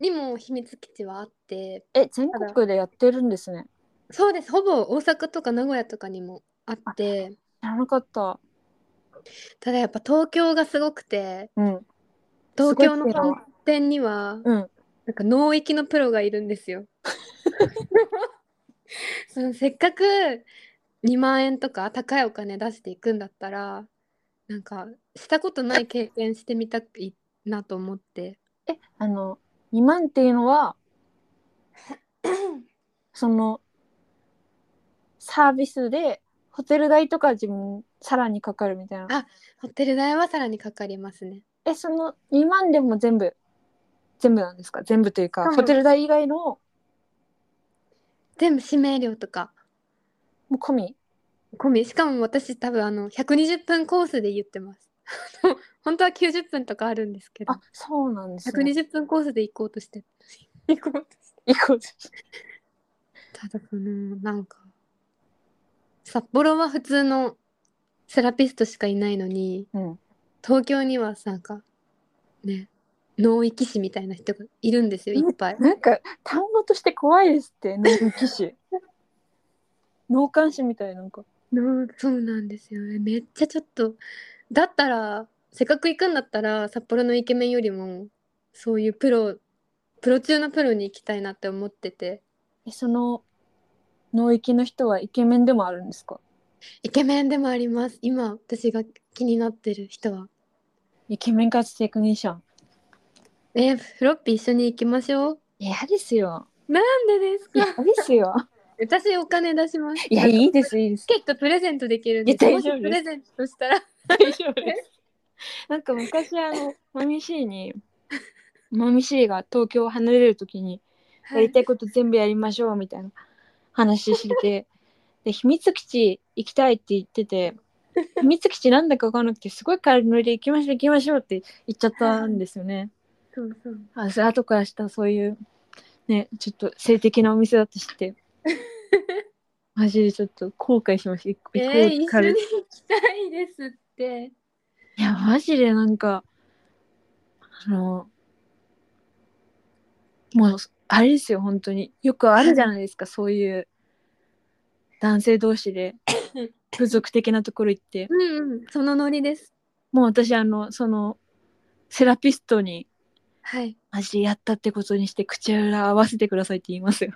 Speaker 1: にも秘密基地はあって
Speaker 2: え、全国でやってるんですね。
Speaker 1: そうですほぼ大阪とか名古屋とかにもあって
Speaker 2: 知らなかった。
Speaker 1: ただやっぱ東京がすごくて
Speaker 2: うん。
Speaker 1: 東京
Speaker 2: すご
Speaker 1: の
Speaker 2: いけど
Speaker 1: 本店には
Speaker 2: うん。
Speaker 1: なんか脳域のプロがいるんです よ。そのせっかく2万円とか高いお金出していくんだったらなんかしたことない経験してみたいなと思って
Speaker 2: え、あの、2万っていう のは、その、サービスで、ホテル代とか自分、さらにかかるみたいな。
Speaker 1: あホテル代はさらにかかりますね。
Speaker 2: え、その2万でも全部、全部なんですか全部というか、
Speaker 1: うん
Speaker 2: ホテル代以外の、も
Speaker 1: 全部指名料とか
Speaker 2: う込み
Speaker 1: 込みしかも私多分あの120分コースで言ってます。 本当は90分とかあるんですけど
Speaker 2: あ、そうなんですね。
Speaker 1: 120分コースで行こうとして行こうとして。
Speaker 2: 行こうとして
Speaker 1: ただこのなんか札幌は普通のセラピストしかいないのに
Speaker 2: うん。
Speaker 1: 東京にはなんかね脳域師みたいな人がいるんですよいっぱい。
Speaker 2: なんか単語として怖いですって脳 幹視脳幹視みたいなんか
Speaker 1: のそうなんですよねめっちゃちょっとだったらせっかく行くんだったら札幌のイケメンよりもそういうプロプロ中のプロに行きたいなって思ってて
Speaker 2: えその脳域の人はイケメンでもあるんですか
Speaker 1: イケメンでもあります今私が気になってる人は。
Speaker 2: イケメンかつテクニシャン
Speaker 1: ねフロッピー一緒に行きましょう。
Speaker 2: 嫌です よ。
Speaker 1: なんでですか
Speaker 2: 嫌ですよ。
Speaker 1: 私お金出します
Speaker 2: いや、いいです、いいです。
Speaker 1: チケットプレゼントできるんです
Speaker 2: いや大丈夫
Speaker 1: もし
Speaker 2: です
Speaker 1: プレゼントしたら
Speaker 2: 大丈夫です。なんか昔、あの、マミシーに、マミシーが東京を離れるときに、やりたいこと全部やりましょうみたいな話してて、で、秘密基地行きたいって言って て、秘密基地なんだかわかんなくて、すごい軽いノリで行きましょう行きましょうって言っちゃったんですよね。
Speaker 1: そうそう
Speaker 2: あ、それ後からしたそういう、ね、ちょっと性的なお店だと知 って。マジでちょっと後悔しました。行こう
Speaker 1: えー、
Speaker 2: 行
Speaker 1: 一
Speaker 2: こう
Speaker 1: 緒に行きたいですって
Speaker 2: いや、マジでなんか、あの、もう、あれですよ、本当に。よくあるじゃないですか、そういう、男性同 士で、部族的なところ行って。
Speaker 1: うんうんそのノリです
Speaker 2: もう私、あの、その、セラピストに、
Speaker 1: はい
Speaker 2: マジでやったってことにして、口裏合わせてくださいって言いますよ。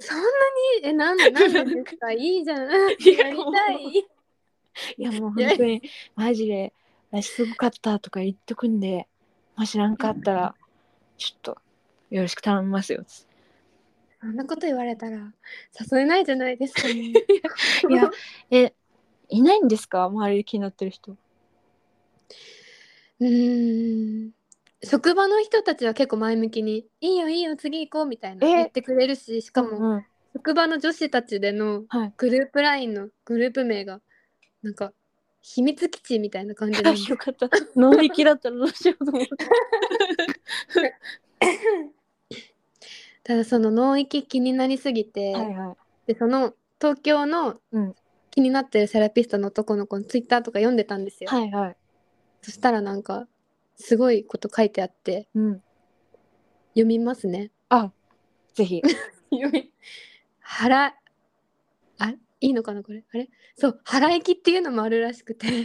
Speaker 1: そんなにえなんなんでです かいいじゃんやり
Speaker 2: いや
Speaker 1: たい
Speaker 2: もういや、もう
Speaker 1: いや
Speaker 2: 本当に、マジで、私すごかったとか言っとくんで、もしなんかあったら、ちょっと、よろしく頼みますよ。
Speaker 1: そんなこと言われたら誘えないじゃないですか、ね、い
Speaker 2: いや、え、いないんですか周りで気になってる人。
Speaker 1: うーん職場の人たちは結構前向きに「いいよいいよ次行こう」みたいな
Speaker 2: え
Speaker 1: 言ってくれるししかも
Speaker 2: うん。
Speaker 1: 職場の女子たちでの
Speaker 2: はい
Speaker 1: グループ LINE のグループ名がなんか秘密基地みたいな感じなんです
Speaker 2: よか った。ノンきだったらどうしようと思って。
Speaker 1: ただその脳域気になりすぎて、
Speaker 2: はいはい。
Speaker 1: でその東京の
Speaker 2: うん
Speaker 1: 気になってるセラピストの男の子のツイッターとか読んでたんですよ、
Speaker 2: はいはい。
Speaker 1: そしたらなんかすごいこと書いてあって
Speaker 2: うん。
Speaker 1: 読みますね
Speaker 2: あ、ぜひ。
Speaker 1: 読み腹あいいのかなこれあれそう腹いきっていうのもあるらしくて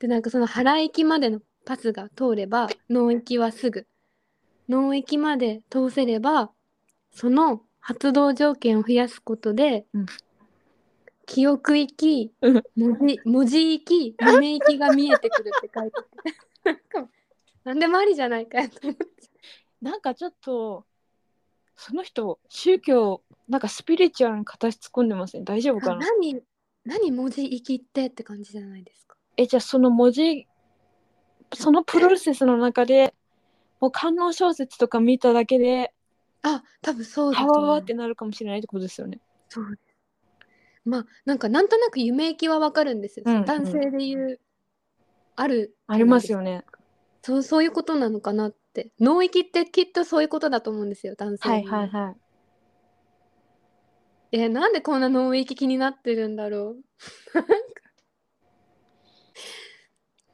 Speaker 1: でなんかその腹いきまでのパスが通れば脳域はすぐ脳域まで通せればその発動条件を増やすことで、
Speaker 2: うん
Speaker 1: 記憶域
Speaker 2: うん
Speaker 1: 文字文字域胸域が見えてくるって書いてて なんか何でもありじゃないかよと思って
Speaker 2: なんかちょっと、その人、宗教、なんかスピリチュアルに形突っ込んでますね。大丈夫かな
Speaker 1: 何何文字生きってって感じじゃないですか。
Speaker 2: え、じゃあその文字、そのプロセスの中で、もう観音小説とか見ただけで、
Speaker 1: あ多分そうだ
Speaker 2: パ
Speaker 1: と
Speaker 2: ワ
Speaker 1: 思
Speaker 2: ワ
Speaker 1: う
Speaker 2: ってなるかもしれないってことですよね。
Speaker 1: そうですまあなんかなんとなく夢行きはわかるんですよ、
Speaker 2: うんうん
Speaker 1: 男性でいうある
Speaker 2: ありますよ
Speaker 1: ね
Speaker 2: ね。
Speaker 1: そうそういうことなのかなって脳域ってきっとそういうことだと思うんですよ男性でいう
Speaker 2: はい。
Speaker 1: えなんでこんな脳域気になってるんだろう なんか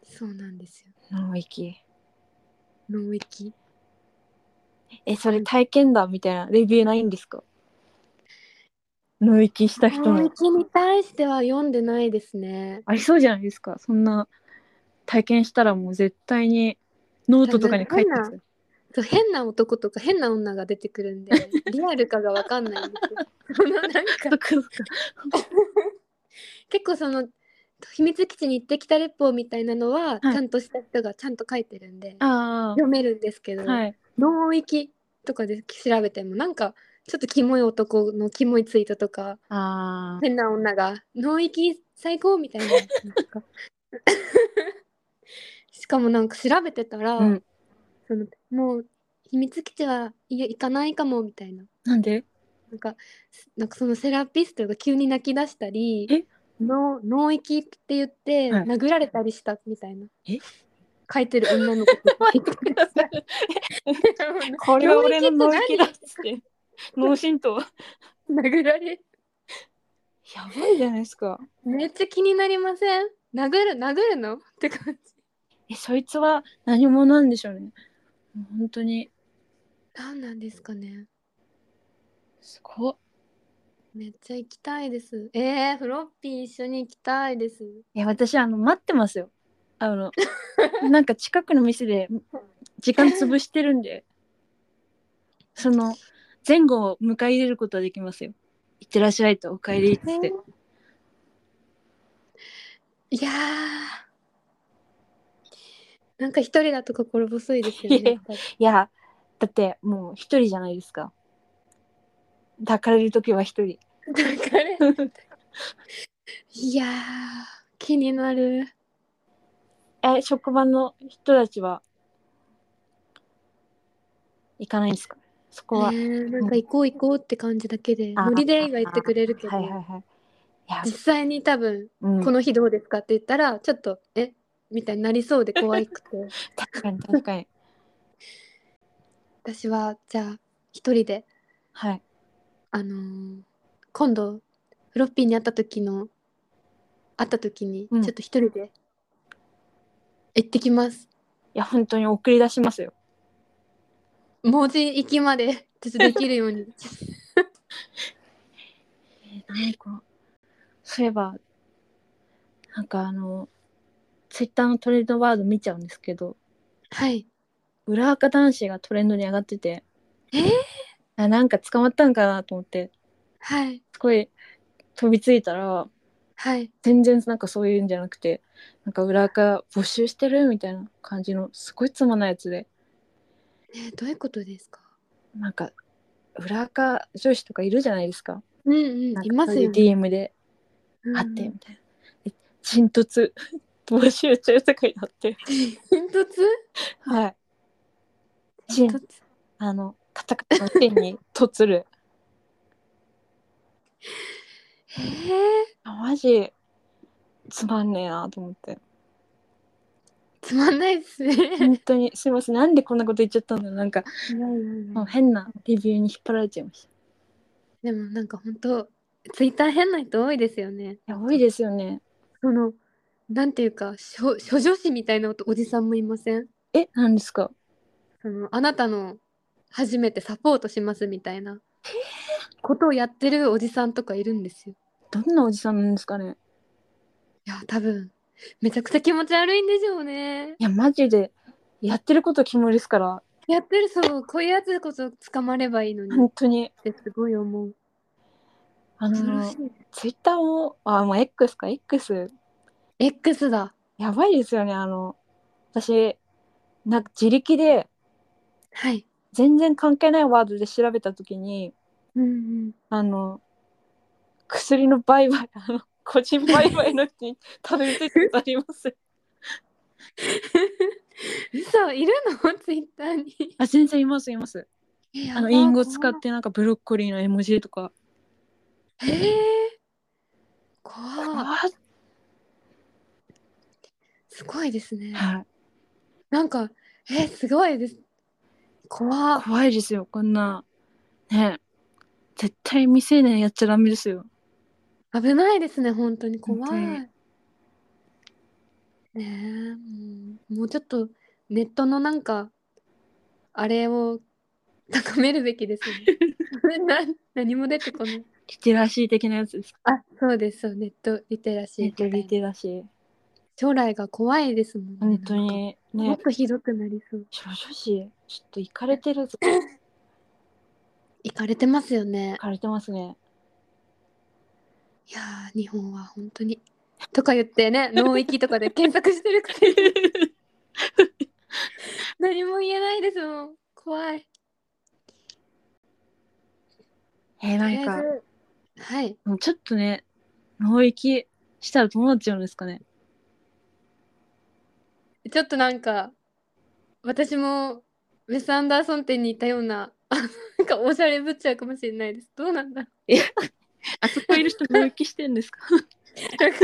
Speaker 1: そうなんですよ
Speaker 2: 脳域。
Speaker 1: 脳域
Speaker 2: え、それ体験談みたいなレビューないんですか脳域した人
Speaker 1: 脳
Speaker 2: の。
Speaker 1: 域に対しては読んでないですね
Speaker 2: ありそうじゃないですか。そんな体験したらもう絶対にノートとかに書いてますよ。
Speaker 1: そう変な男とか変な女が出てくるんで リアルかがわかんないんですよ。そのなんか
Speaker 2: そっかそっか
Speaker 1: 結構その秘密基地に行ってきたレポみたいなのは、
Speaker 2: はい
Speaker 1: ちゃんとした人がちゃんと書いてるんで
Speaker 2: あ
Speaker 1: 読めるんですけど、
Speaker 2: あ。はい。
Speaker 1: 脳域とかで調べてもなんかちょっとキモい男のキモいツイートとか
Speaker 2: ああ。
Speaker 1: 変な女が脳域最高みたいななんか しかもなんか調べてたら、
Speaker 2: うん
Speaker 1: そのもう秘密基地はいや行かないかもみたいな。
Speaker 2: なんで
Speaker 1: なんかすなんかそのセラピストが急に泣き出したり
Speaker 2: え
Speaker 1: 脳脳域って言って
Speaker 2: はい
Speaker 1: 殴られたりしたみたいな、
Speaker 2: え
Speaker 1: 書いてる女の子とか
Speaker 2: これは俺の脳域だっ
Speaker 1: 脳域
Speaker 2: つって。脳震盪。
Speaker 1: 殴られ
Speaker 2: やばいじゃないですか。
Speaker 1: めっちゃ気になりません殴る殴るのって感じ
Speaker 2: え、そいつは何者なんでしょうね。もう本当に。
Speaker 1: 何なんですかね
Speaker 2: すごっ。
Speaker 1: めっちゃ行きたいですえー、フロッピー一緒に行きたいです
Speaker 2: いや私あの待ってますよあ のなんか近くの店で時間潰してるんでその前後を迎え入れることはできますよ「いってらっしゃい」と「おかえり」っつって
Speaker 1: いやーなんか一人だと心細いですよ
Speaker 2: いや
Speaker 1: ね
Speaker 2: いやだってもう一人じゃないですか抱かれる時は一人
Speaker 1: だからいやー気になる
Speaker 2: え職場の人たちは行かないんですかそこは、
Speaker 1: ねえなんか行こう行こうって感じだけで
Speaker 2: あ
Speaker 1: ノリでが言ってくれるけど、
Speaker 2: はいはいはいいや
Speaker 1: 実際に多分
Speaker 2: うん
Speaker 1: この日どうですかって言ったらちょっとえみたいになりそうで怖く て
Speaker 2: 確かに確かに
Speaker 1: 私はじゃあ一人で
Speaker 2: はい
Speaker 1: あのー今度フロッピーに会った時の会った時にち
Speaker 2: う
Speaker 1: ょ
Speaker 2: ん
Speaker 1: っと一人で行ってきます、
Speaker 2: いや本当に送り出しますよ
Speaker 1: 文字行きまでちょっとできるよう に
Speaker 2: え何このそういえばなんかあのツイッターのトレンドワード見ちゃうんですけど
Speaker 1: はい
Speaker 2: 裏垢男子がトレンドに上がってて
Speaker 1: えー
Speaker 2: あなんか捕まったんかなと思って
Speaker 1: はい
Speaker 2: すごい飛びついたら
Speaker 1: はい
Speaker 2: 全然なんかそういうんじゃなくてなんか裏垢募集してるみたいな感じのすごいつまんないやつで
Speaker 1: えーどういうことですか
Speaker 2: なんか裏垢女子とかいるじゃないですか
Speaker 1: うんうんいますよね、
Speaker 2: ね、DM であってみたいなで「沈突 募集中」とかになって
Speaker 1: 煙 突
Speaker 2: はいち
Speaker 1: 突
Speaker 2: あのカタカタの手に「とつる
Speaker 1: へえ」
Speaker 2: あマジつまんねえなと思って
Speaker 1: つまんないですね
Speaker 2: 本当にすいませんなんでこんなこと言っちゃったんだろうなんかもう変なレビューに引っ張られちゃいましたい
Speaker 1: でもなんか本当ツイッター変な人多いですよね
Speaker 2: や多いですよね
Speaker 1: そのなんていうか処処女子みたいなおおじさんもいません
Speaker 2: えなんですか
Speaker 1: そのあなたの初めてサポートしますみたいなことをやってるおじさんとかいるんですよ
Speaker 2: どんなおじさんなんですかね
Speaker 1: いや多分めちゃくちゃ気持ち悪いんでしょうね
Speaker 2: いやマジでやってること肝ですから
Speaker 1: やってるそうこういうやつこそ捕まればいいのにっ
Speaker 2: 本当に
Speaker 1: てすごい思う
Speaker 2: あ
Speaker 1: 恐ろ
Speaker 2: の
Speaker 1: しい
Speaker 2: ツイッターもあもう X か X
Speaker 1: X だ
Speaker 2: やばいですよねあの私なんか自力で
Speaker 1: はい
Speaker 2: 全然関係ないワードで調べた時に
Speaker 1: うんうん
Speaker 2: あの薬の売買あの個人売買の人にたどり着いたことあります
Speaker 1: 嘘いるの ツイッターに
Speaker 2: あ全然いますいますあのインゴ使ってなんかブロッコリーの絵文字とか
Speaker 1: へえ怖い
Speaker 2: あ
Speaker 1: すごいですね
Speaker 2: はい
Speaker 1: なんかえすごいです怖っ
Speaker 2: 怖いですよこんなね絶対未成年やっちゃダメですよ
Speaker 1: 危ないですね本当に怖い
Speaker 2: 本
Speaker 1: ねえうんもうちょっとネットのなんかあれを高めるべきです ねな何も出てこない
Speaker 2: リテラシー的なやつですか
Speaker 1: あそうですそうネットリテラシーみたいな
Speaker 2: リテラシー
Speaker 1: 将来が怖いですもんね
Speaker 2: 本当に
Speaker 1: なんかも
Speaker 2: ね
Speaker 1: っとひどくなりそう
Speaker 2: 少女誌ちょっといかれてるぞ
Speaker 1: 行かれてますよね
Speaker 2: いかれてますね
Speaker 1: いやー日本は本当にとか言ってね脳域とかで検索してるくせに 何も言えないですもん怖い
Speaker 2: えーなん
Speaker 1: と
Speaker 2: か
Speaker 1: りあえずはい
Speaker 2: もうちょっとね脳域したらどうなっちゃうんですかね
Speaker 1: ちょっとなんか私もウェス・アンダーソン店にいたような あなんかおしゃれぶっちゃうかもしれないですどうなんだろ
Speaker 2: あそこいる人脳域してんですか
Speaker 1: うなんか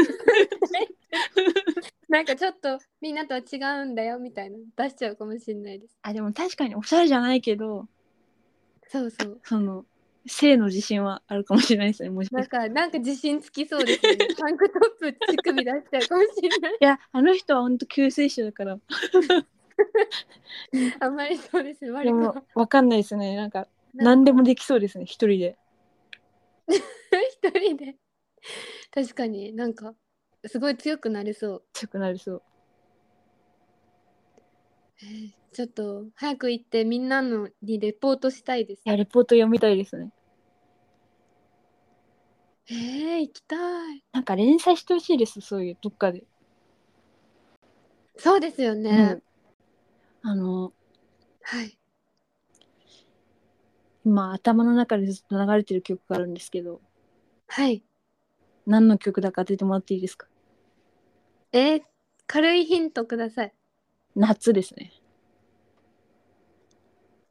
Speaker 1: なんかちょっとみんなとは違うんだよみたいなの出しちゃうかもしれないです
Speaker 2: あでも確かにおしゃれじゃないけど
Speaker 1: そうそう
Speaker 2: その性の自信はあるかもしれないですねもしか
Speaker 1: なん
Speaker 2: して
Speaker 1: かなんか自信つきそうですよ ねタンクトップ乳首出しちゃうかもしれない
Speaker 2: いやあの人は本当救世主だから
Speaker 1: あんまりそうですね。
Speaker 2: で
Speaker 1: 割と。
Speaker 2: もわかんないですねなんか
Speaker 1: なんか
Speaker 2: 何でもできそうですね一人で
Speaker 1: 一人で。確かになんか、すごい強くなりそう。
Speaker 2: 強くなりそう
Speaker 1: えーちょっと、早く行ってみんなのにレポートしたいです。
Speaker 2: いやレポート読みたいですね
Speaker 1: えー、行きたい。
Speaker 2: なんか連載してほしいですそういうどっかで
Speaker 1: そうですよね。
Speaker 2: うんあの
Speaker 1: はい。
Speaker 2: 今頭の中でずっと流れてる曲があるんですけど
Speaker 1: はい。
Speaker 2: 何の曲だか当ててもらっていいですか
Speaker 1: えー軽いヒントください。
Speaker 2: 夏ですね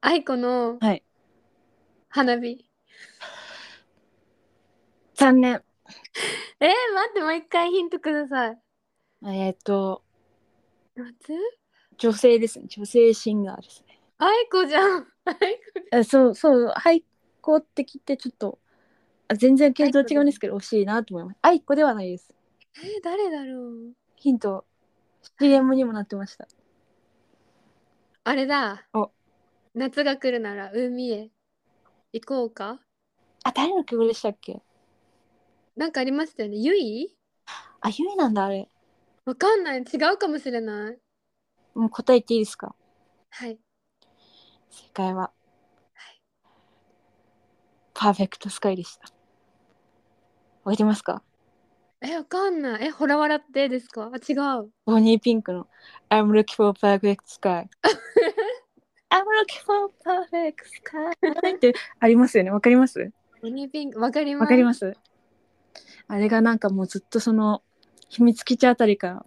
Speaker 1: 愛子の
Speaker 2: はい
Speaker 1: 花火。
Speaker 2: 残念
Speaker 1: えー、待って、もう一回ヒントください。
Speaker 2: えっと
Speaker 1: 夏
Speaker 2: 女性ですね女性シンガーですね
Speaker 1: 愛子じゃん。 愛
Speaker 2: えそうそう俳句って聞いてちょっとあ全然系統違うんですけど惜しいなと思いますあいこではないです
Speaker 1: 子えー誰だろう
Speaker 2: ヒント CM にもなってました
Speaker 1: あれだ。
Speaker 2: お
Speaker 1: 夏が来るなら海へ行こうか
Speaker 2: あ誰の曲でしたっけ
Speaker 1: なんかありましたよね。ゆい
Speaker 2: あゆいなんだあれ
Speaker 1: わかんない。違うかもしれない。
Speaker 2: もう答えていいですか
Speaker 1: はい。
Speaker 2: 正解は、
Speaker 1: い
Speaker 2: パーフェクトスカイでした覚えてますか
Speaker 1: え、わかんない。え、ほら笑ってですかあ、違う。
Speaker 2: ボニーピンクの I'm looking for perfect sky I'm looking for perfect sky ってありますよねわかります
Speaker 1: オニーピンク、わかります。
Speaker 2: わかりますあれがなんかもうずっとその秘密基地あたりか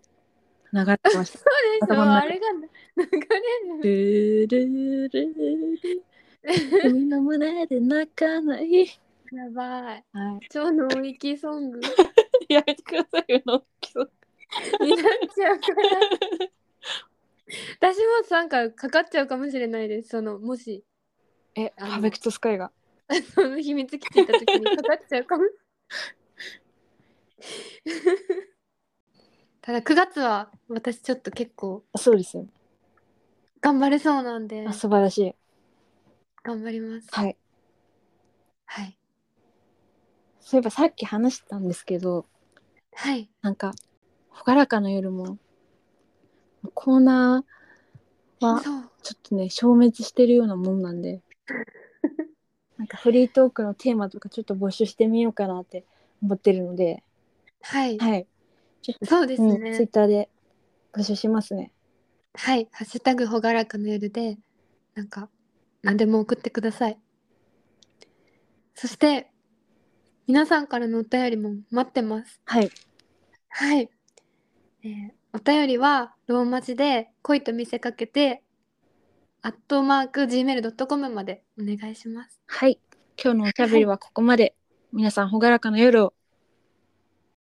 Speaker 2: ら流れてま した
Speaker 1: そうでしょ
Speaker 2: 頭の中
Speaker 1: あれが流
Speaker 2: ル
Speaker 1: れる。
Speaker 2: ールール ールー君の胸で泣かない、
Speaker 1: やばい。
Speaker 2: は
Speaker 1: 超脳域ソング
Speaker 2: い、 やめてくださいよの
Speaker 1: になっちゃうから私もなんかかかっちゃうかもしれないですそのもし
Speaker 2: え
Speaker 1: あ
Speaker 2: パ
Speaker 1: の
Speaker 2: ーフェクトスカイが
Speaker 1: その秘密基地行った時にかかっちゃうかも ただ9月は私ちょっと結構
Speaker 2: そうですよ
Speaker 1: 頑張れそうなんで
Speaker 2: あ素晴らしい
Speaker 1: 頑張ります
Speaker 2: はい
Speaker 1: はい
Speaker 2: そういえばさっき話してたんですけど
Speaker 1: はい
Speaker 2: なんか「ほがらかな夜も」コーナーは
Speaker 1: そう
Speaker 2: ちょっとね消滅してるようなもんな んでなんかフリートークのテーマとかちょっと募集してみようかなって思ってるので
Speaker 1: はい、
Speaker 2: はいちょっと
Speaker 1: そうです
Speaker 2: うん
Speaker 1: ね、
Speaker 2: ツイッターで募集しますね
Speaker 1: はい「ハッシュタグほがらかの夜で」なんか何でも送ってくださいそして皆さんからのお便りも待ってます
Speaker 2: はい
Speaker 1: はい、えーお便りはローマ字で「恋と見せかけて」アットマーク gmail.com までお願いします
Speaker 2: はい今日のおしゃべりはここまで、皆さんほがらかな夜を